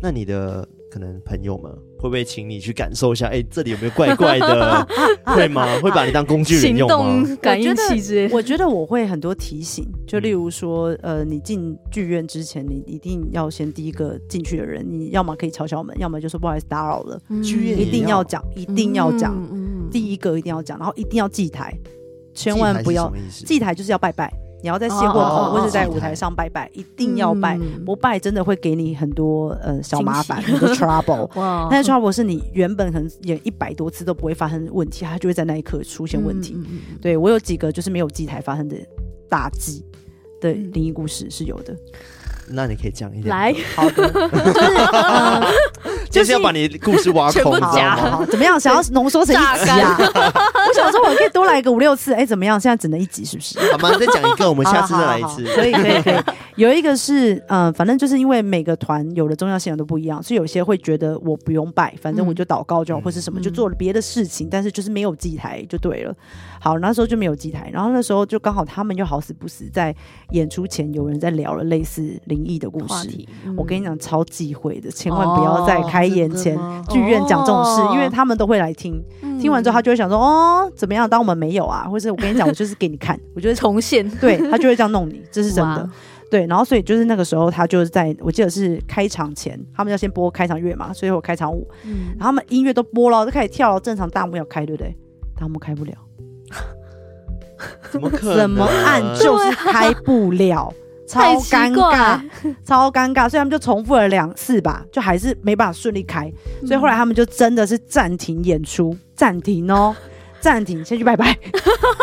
那你的可能朋友们会不会请你去感受一下？哎、这里有没有怪怪 <laughs> 的？会吗？会把你当工具人行用吗？动感应器之 <laughs> 类的。我觉得我会很多提醒，就例如说，呃，你进剧院之前，你一定要先第一个进去的人，你要么可以敲敲门，要么就说不好意思打扰了，嗯剧院也一定要要讲，一定要讲，嗯嗯第一个一定要讲，然后一定要祭台，千万不要祭台是什么意思祭台就是要拜拜，你要在谢过哦哦哦后或者在祭台舞台上拜拜，一定要拜，嗯不拜真的会给你很多呃小麻烦，惊很多 <laughs> trouble。哇那些 trouble 是你原本可能演一百多次都不会发生问题，它就会在那一刻出现问题。嗯嗯嗯对我有几个就是没有祭台发生的大忌的嗯灵异故事是 <laughs> 有的。那你可以讲一点，来，好的，就是呃，就就是是要把你的故事挖全部空，你知道夹吗？好，怎么样？想要浓缩成一 <laughs> 集啊？ <laughs> 我想说，我可以多来个五六次。哎，怎么样？现在只能一集，是不是？好吗？再讲一个，我们好下啦次再来一好啦次。好啦可以可以可以。有一个是，呃，反正就是因为每个团有的宗教信仰都不一样，所以有些会觉得我不用拜，反正我就祷告就好，嗯或是什么嗯就做了别的事情，但是就是没有祭台就对了。好，那时候就没有祭台，然后那时候就刚好他们又好死不死在演出前有人在聊了类似灵异的故话事。题，嗯我跟你讲，超忌讳的，千万不要在开演前真的吗嗯剧院讲这种事，哦因为他们都会来听。听完之后，他就会想说：“哦，怎么样？当我们没有啊？”或是我跟你讲，我就是给你看，我就是重现， <laughs> 对他就会这样弄你，这是真的嗯哇。对，然后所以就是那个时候，他就是在我记得是开场前，他们要先播开场乐嘛，所以我开场舞，嗯然后他们音乐都播了，就开始跳了，正常大幕要开，对不对？大幕开不了， <laughs> 怎么可能？ <laughs> 啊怎么按就是开不了。超太奇尴尬怪， <laughs> 超尴尬，所以他们就重复了两次吧，就还是没办法顺利开，所以后来他们就真的是暂停演出，暂停 <laughs> 哦，暂停，先去拜 <laughs> 拜，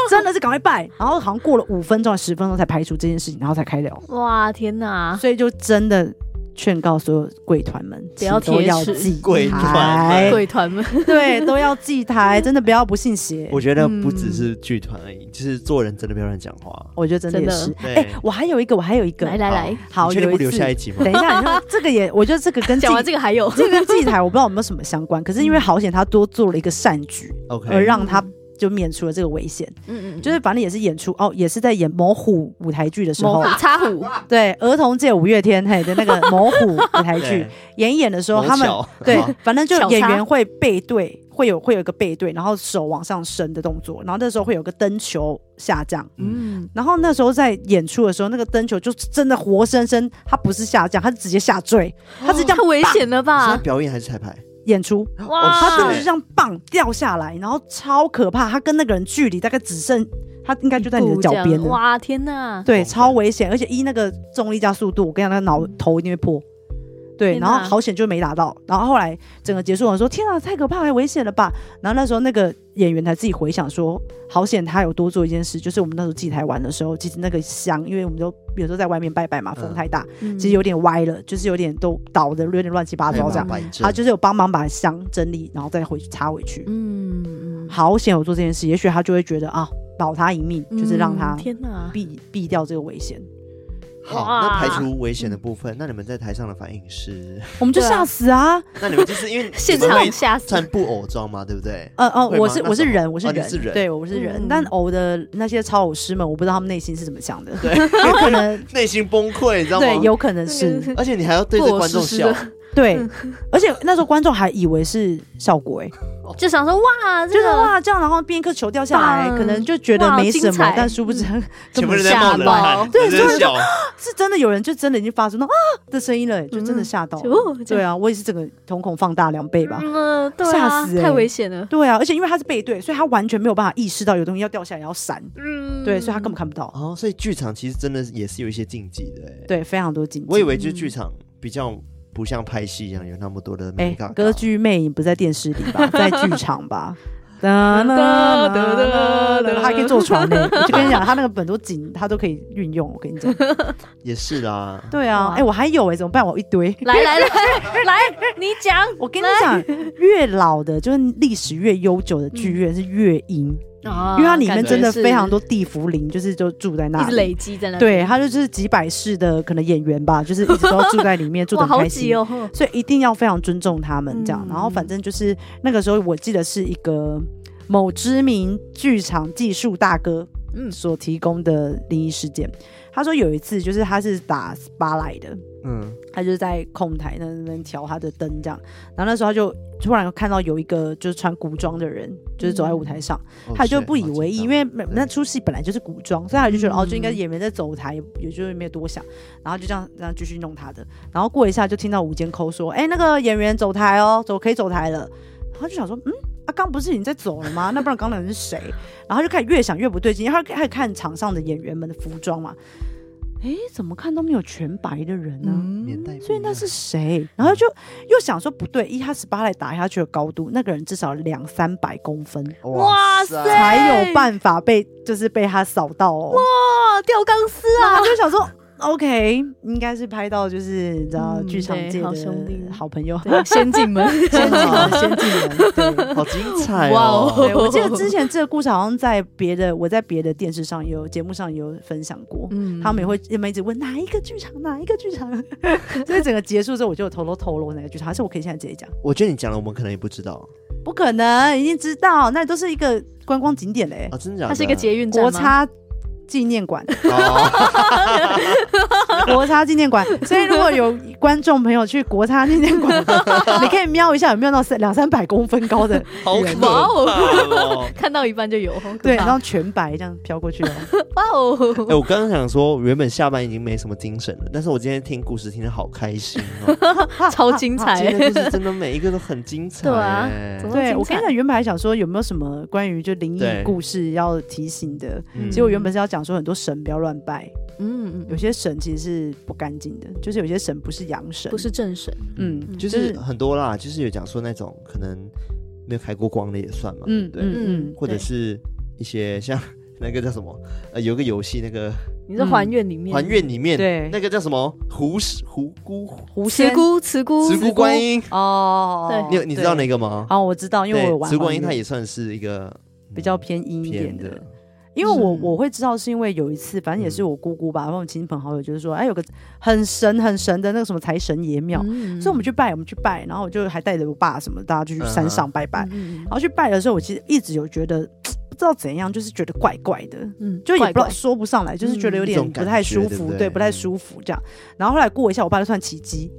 真的是赶快拜，然后好像过了五分钟、十分钟才排除这件事情，然后才开哦聊。哇，天哪！所以就真的劝告所有鬼团们，不要请都贴要纸祭鬼团台，鬼团们，对，都要祭 <laughs> 台，真的不要不信邪。 <laughs> 我觉得不嗯只是剧团而已，就是做人真的不要乱讲话。我觉得真的也是真。的哎、对我还有一个，我还有一个，哦来来来，好，你确定有不一留次下一集吗等？一下，你说 <laughs> 这个也，我觉得这个跟祭讲完这个还有，这个跟祭台，我不知道有没有什么相关。可是因为好险，他多做了一个善举， OK，而让他就免除了这个危险。 <laughs> 嗯嗯，就是反正也是演出哦，也是在演某虎舞台剧的时某候，插虎，对儿童界五月天嘿的那个某虎舞台剧 <laughs> 对，演一演的时候，某他们巧对好，反正就小演叉员会背对，会有会有一个背对，然后手往上升的动作，然后那时候会有个灯球下降。嗯，然后那时候在演出的时候，那个灯球就真的活生生，它不是下降，它是直接下坠，它是这太样危险了你是吧在？表演还是彩排？演出，哇哦它真的是是这样棒掉下来，然后超可怕，它跟那个人距离大概只剩，它应该就在你的脚边了，哦哇，天哪！哦对，疯超危险，而且依那个重力加速度，我跟你讲，那个脑头一定会破。对，天然后哪好险就没打到，然后后来整个结束，我说天啊，太可怕，太危险了吧？然后那时候那个演员才自己回想说，好险他有多做一件事，就是我们那时候祭台玩的时候，其实那个香，因为我们就有时候在外面拜拜嘛，风嗯太大，嗯其实有点歪了，就是有点都倒的，有点乱七八对糟吧这样。摆正他就是有帮忙把香整理，然后再回去插回去。嗯嗯，好险有做这件事，也许他就会觉得啊，保他一命，就是让他嗯天哪，避避掉这个危险。好。哇那排除危险的部分，那你们在台上的反应是？我们就对啊吓死啊！ <laughs> 那你们就是 <laughs> 因为现你们场会吓 <laughs> 死穿，布偶装嘛，对不对？呃哦，会吗我是那我是时候人，我是哦你人，是人对，我是人。嗯但偶的那些超偶师们，我不知道他们内心是怎么想的，有 <laughs> 可能内心崩溃，你知道吗？对， <laughs> 有可能那是个而且你还要对着布偶观众湿湿的笑，对。而且那时候观众还以为是效果，哎，就想说哇，就这是个哇这哦样，然后变一颗球掉下来，棒可能就觉得哇没什精么彩，嗯但殊不知全根部本人在冒冷吓汗爆，对，对在笑。 <laughs> 是真的有人就真的已经发出那种啊的声音了，哎就真的嗯吓到就哦了。这对啊，我也是整个瞳孔放大两倍吧。嗯，对吓啊，死欸太危险了，对啊，而且因为他是背对，所以他完全没有办法意识到有东西要掉下来要闪，嗯，对，所以他根本看不到。哦，所以剧场其实真的也是有一些禁忌的。欸，对，非常多禁忌。我以为就是剧场比较不像拍戏一样有那么多的哎美感。，歌剧魅影不在电视里 <laughs> 吧，在剧场 <laughs> 吧。哒哒哒哒哒，他还可以坐船 <laughs> 呢。我就跟你讲，他那个很多景他都可以运用。我跟你讲，也是啦。 <laughs> 对啊，哇哎，我还有哎，怎么办？我一 <laughs> 堆。来来来 <laughs> 来，你讲，我跟你讲，越老的，就是历史越悠久的剧院是越阴，因因为它里面真的非常多，多地茯苓，就是就住在一那直累里。积在那，，对，他就是几百世的可能演员吧，就是一直都住在里 <laughs> 面，住哇，的好开心挤。哦，所以一定要非常尊重他们这样。嗯然后反正就是那个时候，我记得是一个某知名剧场技术大哥嗯所提供的灵异事件。他说有一次就是他是打 SPA 来的，嗯他就是在控台那边调他的灯这样，然后那时候他就突然看到有一个就是穿古装的人，就是走在舞台上，哦他就是不以好紧为意，张哦因为那那出戏本来就是古装，所以他就觉得、嗯哦，就应该演员在走台，也也就是没有多想，然后就这样这样继续弄他的，然后过一下就听到午间抠说，哎、那个演员走台哦，走可以走台了，然后就想说，嗯。啊，刚不是已经在走了吗？那不然刚那人是谁？然后就开始越想越不对劲，因为他开始看场上的演员们的服装嘛，哎，怎么看都没有全白的人嗯呢、年代不一样，嗯所以那是谁？然后就又想说不对，依他十八来打下去的高度，那个人至少两三百公分哇塞才有办法被，就是被他扫到哦。哇，吊钢丝然 <laughs> 啊后！就想说，OK，应该是拍到就是你知道嗯剧场界对的好兄弟好朋友，对，先进门，先进人，先进人。对好精彩哇哦！哦对，我 <laughs> 记得之前这个故事好像在别的，我在别的电视上也有节目上也有分享过。嗯他们也会他们一直问哪一个剧场，哪一个剧场。 <laughs> 所以整个结束之后，我就有偷偷透露哪个剧场，还是我可以现在直接讲？我觉得你讲了，我们可能也不知道不可能，已经知道，那都是一个观光景点嘞、啊，真的假的？它是一个捷运站哦吗国差纪念馆，哦，国差纪念馆。所以如果有观众朋友去国差纪念馆，你可以瞄一下有没有那三两三百公分高的，好可怕哦！看到一半就有，好可怕对，然后全白这样飘过去哦。哇哦， <laughs> 哎、我刚刚想说，原本下班已经没什么精神了，但是我今天听故事听得好开心 <laughs> 哦，超精彩今天的故事真的每一个都很精彩、对啊哎怎么对，精我跟你彩讲，原本还想说有没有什么关于就灵异对故事要提醒的，嗯结果原本是要讲说很多神不要乱拜，嗯嗯有些神其实是不干净的，就是有些神不是阳神，不是正神，嗯，就是很多啦，就是有讲说那种可能没有开过光的也算嘛，嗯对不对，嗯嗯，或者是一些像 <laughs> 那个叫什么，呃，有一个游戏那个你是还愿里面嗯还愿里面，对那个叫什么狐狐姑狐慈仙姑慈姑慈姑观音，哦，对你有你知道对那个吗？哦，我知道，因为我有对，玩慈姑观音黄它鱼也算是一个比较偏阴一偏点的的，，因为我嗯我会知道是因为有一次，反正也是我姑姑吧，然后我亲朋好友就是说，哎，有个很神很神的那个什么财神爷庙，嗯所以我们去拜，我们去拜，然后我就还带着我爸什么，大家就去山上拜拜，嗯然后去拜的时候，我其实一直有觉得不知道怎样，就是觉得怪怪的，嗯，就也不怪知道怪说不上来，就是觉得嗯有一点种不太舒感觉对服，不对对，不太舒服这样。然后后来过一下，我爸就算起鸡，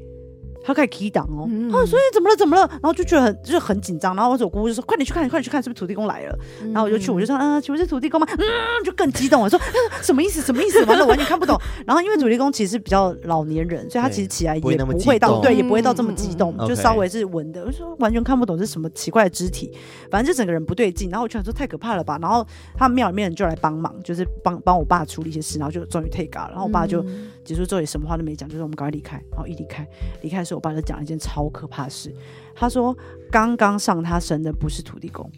他开始 key 档哦，嗯他说你怎么了怎么了？然后就觉得很就是很紧张，然后我走姑姑就说快点去看，快点去看是不是土地公来了？然后我就去，我就说嗯、呃，请问是土地公吗？嗯，就更激动，我说、嗯什么意思什么意思？完了我完全看不懂。然后因为土地公其实比较老年人，所以他对其实起来也不会那么不会激到动对，也不会到这么嗯激嗯动，嗯就 OK 稍微是稳的。我说完全看不懂是什么奇怪的肢体，反正就整个人不对劲。然后我就想说太可怕了吧，然后他们庙里面人就来帮忙，就是帮帮我爸处理一些事，然后就终于退咖了。然后我爸就嗯结束之后也什么话都没讲，就是我们赶快离开。然后一离开，离开的时候，我爸就讲了一件超可怕的事。他说，刚刚上他身的不是土地公，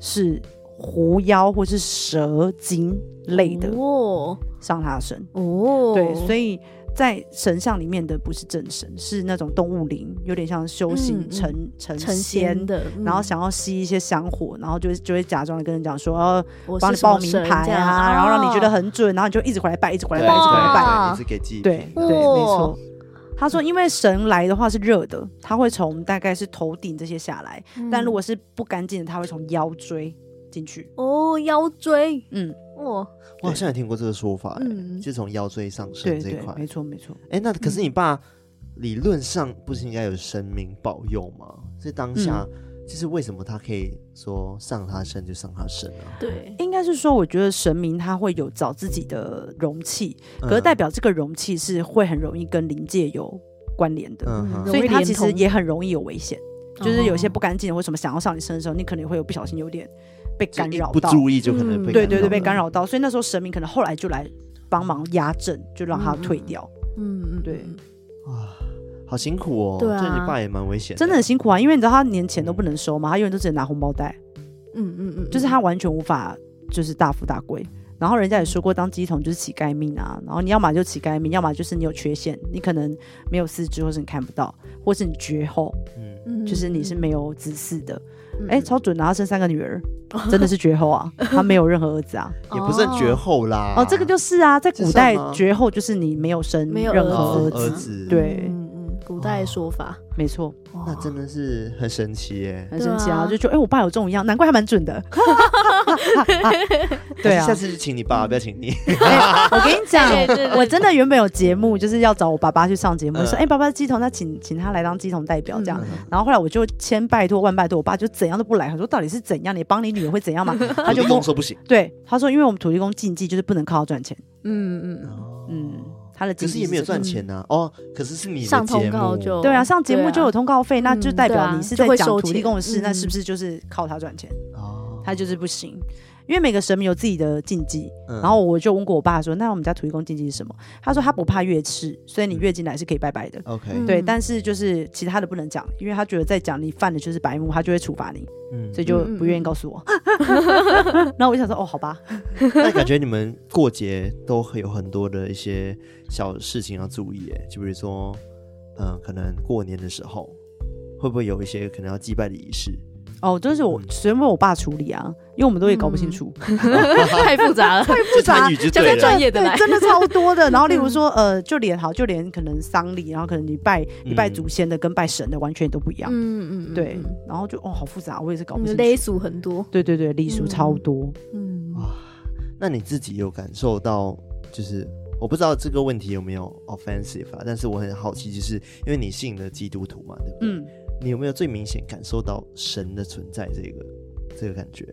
是狐妖或是蛇精类的哦上他身。哦，对，所以以在神像里面的不是正神，是那种动物灵，有点像修嗯行嗯成、成成仙仙。的，嗯然后想要吸一些香火，然后就会就会假装的跟人讲说，哦，我帮你是什么报名神牌这样啊，然后让你觉得哦很准，然后你就一直回来拜，一直回对来对拜，一直回来拜。对，拜你是给记忆对体的哦对，没哇错。他嗯说，因为神来的话是热的，它会从大概是头顶这些下来，嗯但如果是不干净的，它会从腰椎进去。哦腰椎嗯，哦，我好像也听过这个说法、欸，嗯就从腰椎上对升这一对块，。没错没错。哎、那嗯可是你爸理论上不是应该有神明保佑吗？所以当下、嗯就是为什么他可以说上他身就上他身啊？对，应该是说，我觉得神明他会有找自己的容器，可是嗯代表这个容器是会很容易跟灵界有关联的，嗯哼容所以易它连其实通也很容易有危险。就是有些哦不干净或什么想要上你身的时候，你可能会有不小心有点被就干一扰不到。注意就可能被嗯对对对，被到干扰到，所以那时候神明可能后来就来帮忙压阵，就让他嗯嗯退嗯掉。嗯嗯对嗯哇，好辛苦哦。对啊这你爸也蛮危险，真的很辛苦啊，因为你知道他年前都不能收嘛，他永远都只能拿红包袋，嗯嗯嗯，就是他完全无法就是大富大贵。然后人家也说过，当鸡桶就是乞丐命啊。然后你要么就乞丐命，要么就是你有缺陷，你可能没有四肢，或是你看不到，或是你绝后，嗯，嗯就是你是没有子嗣的。嗯哎、嗯超准的，他生三个 <laughs> 女儿，真的是绝后啊，他没有任何儿子啊。也不算绝后啦。哦，这个就是啊，在这古算代吗绝后就是你没有生没有任儿何哦子儿子，儿子，对嗯嗯，古代的说法。没错，哇那真的是很神奇耶！很神奇啊！对啊就觉得哎、我爸有这种一样，难怪还蛮 <laughs> 准的。 <laughs> 还对是啊下，次就请你爸，不要请你。哎 <laughs> 我跟你讲对对对，对我真的原本有节目，就是要找我爸爸去上节目，嗯说哎、爸爸是鸡童，那请请他来当鸡童代表这样。嗯然后后来我就千拜托万拜托，我爸就怎样都不来。他说到底是怎样？你帮你女儿会怎样嘛？他土就地摸公说不行，对他说，因为我们土地公禁忌就是不能靠他赚钱。嗯嗯，嗯，他的可禁是忌也没有这个赚钱呐。哦，可是是你的上节通目告就对啊，上节目就有对啊通告费，那就代嗯对啊表你是在就会讲收土钱地公的事，嗯那是不是就是靠他赚钱？哦，他就是不行，因为每个神明有自己的禁忌。嗯然后我就问过我爸说，那我们家土地公禁忌是什么？他说他不怕月吃，所以嗯你月经来是可以拜拜的。 OK，嗯对，但是就是其他的不能讲，因为他觉得再讲你犯的就是白目，他就会处罚你，嗯所以就不愿意告诉我。 <laughs> 然后我就想说，哦，好吧，那感觉你们过节都会有很多的一些小事情要注意，哎，就比如说，嗯、可能过年的时候会不会有一些可能要祭拜的仪式？哦，就是我全部我爸处理啊，因为我们都也搞不嗯清楚， <laughs> 太复杂了。就复杂参与就就对是了专。业的来嗯 <laughs> 对，真的超多的。然后例如说，呃，就连好，就连可能丧礼，然后可能你拜你拜嗯祖先的跟拜神的完全都不一样，嗯嗯，嗯对。然后就哦，好复杂，我也是搞不嗯清楚。勒索很多，对对对，礼俗超多。嗯，那你自己有感受到，就是我不知道这个问题有没有 offensive 啊，但是我很好奇，就是因为你信的基督徒嘛，对不对？嗯，你有没有最明显感受到神的存在这个这个感觉？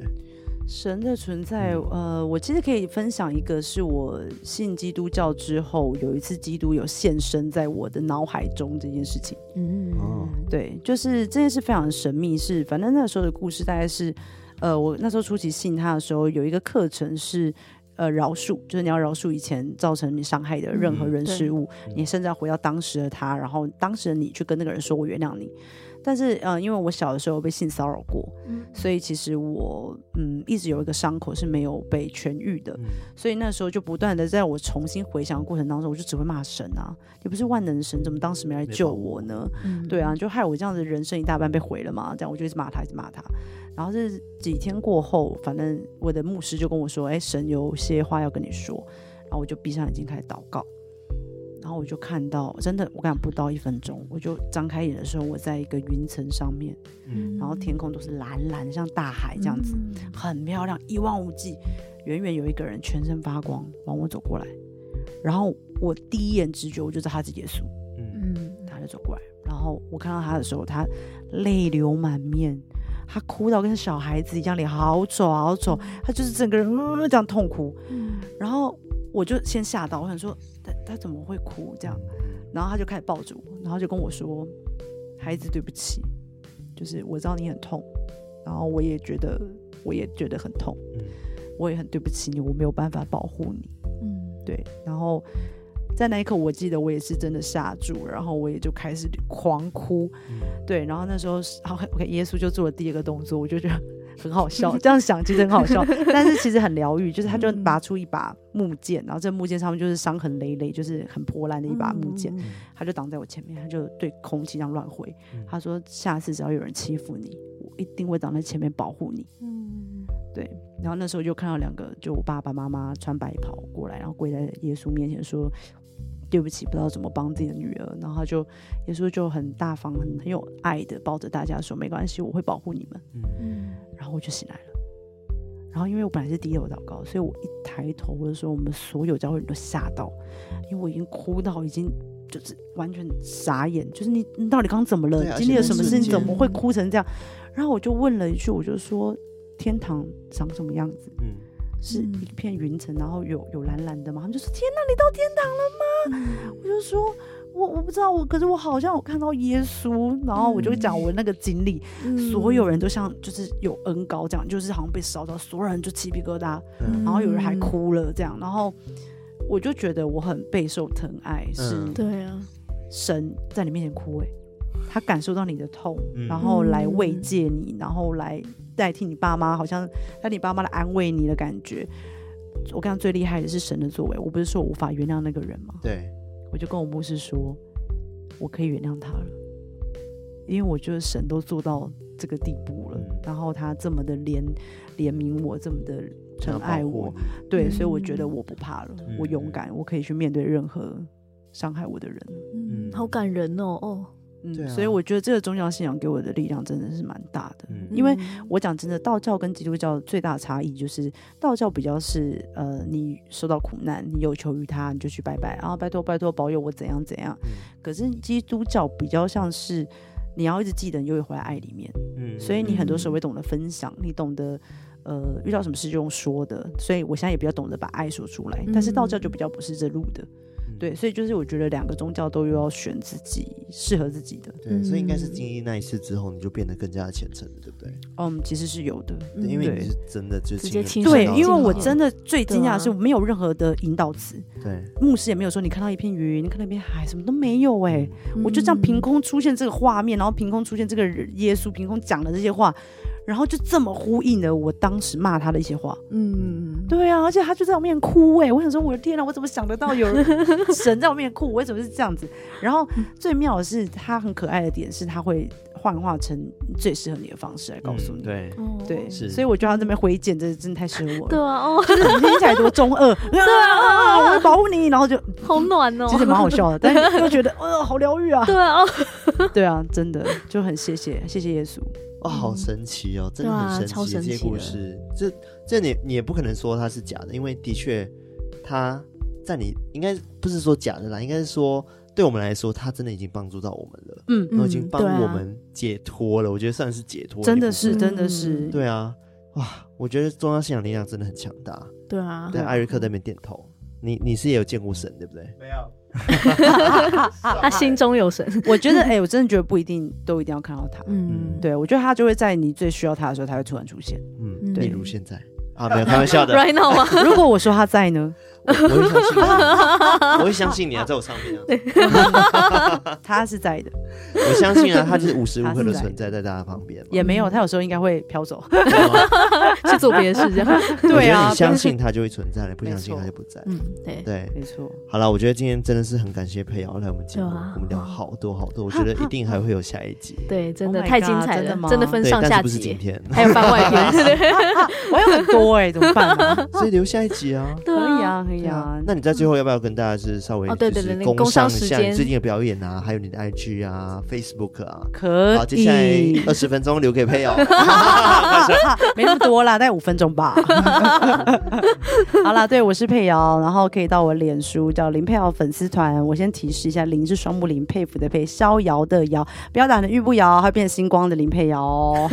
神的存在，嗯呃，我其实可以分享一个，是我信基督教之后，有一次基督有现身在我的脑海中这件事情。哦嗯，对，就是这件事非常神秘，是反正那时候的故事大概是，呃，我那时候初期信他的时候，有一个课程是。呃，饶恕就是你要饶恕以前造成你伤害的任何嗯人对事物，嗯你甚至要回到当时的他，然后当时的你去跟那个人说“我原谅你”。但是，呃，因为我小的时候被性骚扰过，嗯所以其实我嗯一直有一个伤口是没有被痊愈的，嗯所以那时候就不断的在我重新回想的过程当中，我就只会骂神啊，你不是万能神，怎么当时没来没救保我呢？嗯对啊，，就害我这样子人生一大半被毁了嘛。这样我就一直骂他，一直骂他。然后是几天过后，反正我的牧师就跟我说：“哎，神有些话要跟你说。”然后我就闭上眼睛开始祷告。然后我就看到，真的，我跟你讲不到一分钟，我就张开眼的时候，我在一个云层上面，嗯然后天空都是蓝蓝，像大海这样嗯子，很漂亮，一望无际。远远有一个人全身发光往我走过来，然后我第一眼直觉我就知道他是耶稣。嗯，嗯，他就走过来，然后我看到他的时候，他泪流满面，他哭到跟小孩子一样，脸好丑好丑，他就是整个人、嗯、这样痛哭，嗯然后我就先吓到，我想说他他怎么会哭这样，然后他就开始抱住我，然后就跟我说：“孩子，对不起，就是我知道你很痛，然后我也觉得我也觉得很痛，嗯我也很对不起你，我没有办法保护你。”嗯，对，然后在那一刻，我记得我也是真的吓住，然后我也就开始狂哭，对，然后那时候是好，OK，耶稣就做了第一个动作，我就觉得很好笑，这样想其实很好笑，但是其实很疗愈，就是他就嗯拔出一把木剑，然后这木剑上面就是伤痕累累，就是很破烂的一把木剑，嗯，他就挡在我前面，他就对空气这样乱挥嗯，他说下次只要有人欺负你，我一定会挡在前面保护你。嗯然后那时候就看到两个，就我爸爸妈妈穿白袍过来，然后跪在耶稣面前说：“对不起，不知道怎么帮自己的女儿。”然后他就耶稣就很大方、很很有爱的抱着大家说：“没关系，我会保护你们。嗯”然后我就醒来了。然后因为我本来是低头祷告，所以我一抬头的时候，我们所有教会人都吓到，因为我已经哭到已经就是完全傻眼，就是你你到底刚怎么了对？啊经历了而且什么那事瞬间情？嗯怎么会哭成这样？然后我就问了一句，我就说：“天堂长什么样子？”嗯是嗯一片云层，然后有有蓝蓝的嘛，他们就说：“天哪，你到天堂了嗯吗？”我就说：“我我不知道，我可是我好像有看到耶稣。”然后我就讲我那个经历，嗯所有人都像就是有恩高这样，就是好像被烧到，所有人就起鸡皮疙瘩，嗯然后有人还，哭了这样，然后我就觉得我很备受疼爱，是嗯对啊，神在你面前哭、欸，他感受到你的痛，嗯然后来慰藉你，然后来代替你爸妈，好像让你爸妈来安慰你的感觉。我刚刚最厉害的是神的作为，我不是说我无法原谅那个人吗？对，我就跟我牧师说，我可以原谅他了，因为我觉得神都做到这个地步了，嗯然后他这么的怜怜悯我，这么的想疼要保爱护我，你，对，嗯所以我觉得我不怕了，嗯我勇敢，我可以去面对任何伤害我的人。嗯嗯，好感人哦，哦，对啊嗯，所以我觉得这个宗教信仰给我的力量真的是蛮大的。嗯因为嗯我讲真的，道教跟基督教最大的差异就是，道教比较是呃，你受到苦难，你有求于他，你就去拜拜啊，拜托拜托保佑我怎样怎样。嗯可是基督教比较像是你要一直记得你就会回来爱里面，嗯，所以你很多时候会懂得分享，你懂得。呃，遇到什么事就用说的，所以我现在也比较懂得把爱说出来。但是道教就比较不是这路的，嗯对，所以就是我觉得两个宗教都要选自己适合自己的。对，所以应该是经历那一次之后，你就变得更加的虔诚了，对不对？嗯，其实是有的，对，因为对你是真的就直接亲亲手身对看，到因为我它真的最惊讶的对是啊没有任何的引导词，对，牧师也没有说你看到一片云，你看到一片海，什么都没有哎、我就这样凭评估，空出现这个画面，然后凭空出现这个人耶稣，凭空讲的这些话，然后就这么呼应了我当时骂他的一些话。嗯，对啊，而且他就在我面前哭哎、我想说我的天啊，我怎么想得到有 <laughs> 神在我面前哭？我为什么是这样子？然后最妙的是他很可爱的点是他会幻化成最适合你的方式来告诉嗯你。对，哦对，是所以我觉得他这边挥剑，真的真的太适合我了。对啊， <laughs> 哦，就是你听起来多中二， <laughs> 对啊，我会保护你，然后就好暖哦，其实蛮好笑的，但是又觉得，呃，好疗愈啊， <laughs> 对啊，哦对啊，真的就很谢谢， <laughs> 谢谢耶稣，哇，好神奇哦，真的对啊很神超奇，神这些奇故的事，这这你你也不可能说它是假的，因为的确，它在你应该不是说假的啦，应该是说对我们来说，它真的已经帮助到我们了，嗯，然后已经嗯帮对啊我们解脱了，我觉得算是解脱，真的是，嗯真的是，对啊，哇，我觉得中央信仰力量真的很强大。对啊，对，啊艾瑞克在那边点头，你你是也有见过神对不对？没有，他心中有神，我觉得，哎，我真的觉得不一定都一定要看到他，嗯，对我觉得他就会在你最需要他的时候，他会突然出 <laughs> 现。嗯，对例如现在啊，没有开玩笑的， ，right now <laughs> 吗？如果我说他在 <laughs> 呢，我我会相信你，我会相信你啊，在我上面啊，他是在的，我相信啊，他就是无时无刻他的是来存在在大家旁边嘛。啊也没有，他有时候应该会飘走，去做别的事这样，对我觉得啊，你相信他就会存在了，不没相信错他就不在。嗯，对，对，没错，好了，我觉得今天真的是很感谢佩瑶来我们节目对啊，我们聊好多好多，我觉得一定还会有下一集，对，真的 Oh my 太精 God，彩真的了，吗真的分对，上但下是不是今集，天，还有番外篇，对我有很多哎，怎么办 <laughs> 啊？所以留下一集啊。对可以，啊，可以对啊，那你在最后要不要跟大家是稍微哦对就对是对那个工工商商一时下你间最近的表演啊，还有你的 IG 啊、Facebook 啊？可好，接下来 <laughs> 以，二十分钟留给佩瑶。没那么多啦，大概五分钟吧。 <laughs> 好啦，对我是佩瑶，然后可以到我脸书叫林佩瑶粉丝团。我先提示一下，林是双木林，佩服的佩，逍遥的遥，不要打成玉不摇，会变星光的林佩瑶 <laughs> 哦。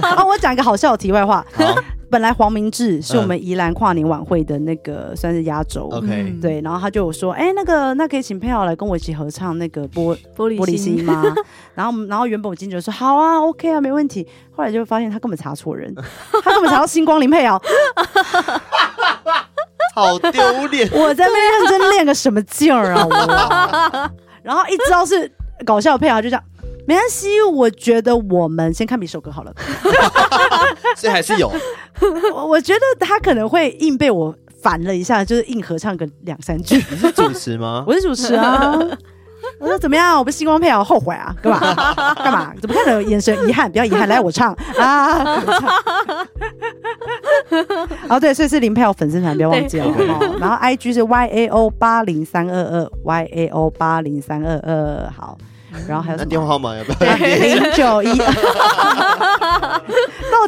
哦，我讲一个好笑的题外话，好本来黄明志是我嗯们宜兰跨年晚会的那个算是压轴。 ，OK，嗯对，然后他就有说，哎、那个，那可以请佩瑶来跟我一起合唱那个波玻玻璃璃心 <laughs> 心，吗？ <laughs> 然后我们，然后原本我经纪人说好啊，OK 啊，没问题。后来就发现他根本查错人， <laughs> 他根本查到星光林 <laughs> 佩瑶。。好丢脸我在那边认真练个什么劲儿 <laughs> 啊我！然后一知道是搞笑佩瑶，就这样。没关系，我觉得我们先看别首歌好了。所以还是有，我我觉得他可能会硬被我烦了一下，就是硬合唱个两三句。你是主持吗？我是主持啊。 <laughs> 我说怎么样？我不是星光配啊，我后悔啊，干嘛干嘛？怎么看着眼神遗憾？不要遗憾，来我唱啊！ <laughs> 我唱哦，对，所以是林佩瑶粉丝团，不要忘记了。对哦然后 I G 是 Y A O 八零三二二 Y A O 八零三二二，好。然后还有那什电话号么？码要不要？ <laughs> 零 <laughs> 九一，到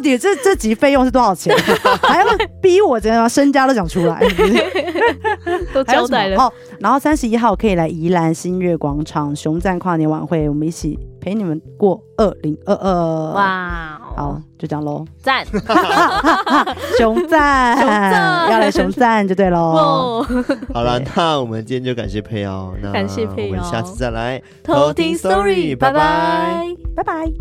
底这这集费用是多少钱？还要逼我怎样？身家都讲出来。都还有 <laughs> 交代什了么，哦。然后三十一号可以来宜兰新月广场熊赞跨年晚会，我们一起陪你们过二零二二。！哇，好，，就这 <laughs> 样喽。哦赞，熊赞，熊赞要来熊赞就对喽。哦，好了，那我们今天就感谢佩瑶，那感谢佩我瑶们下次再来偷听 story，拜拜。拜拜。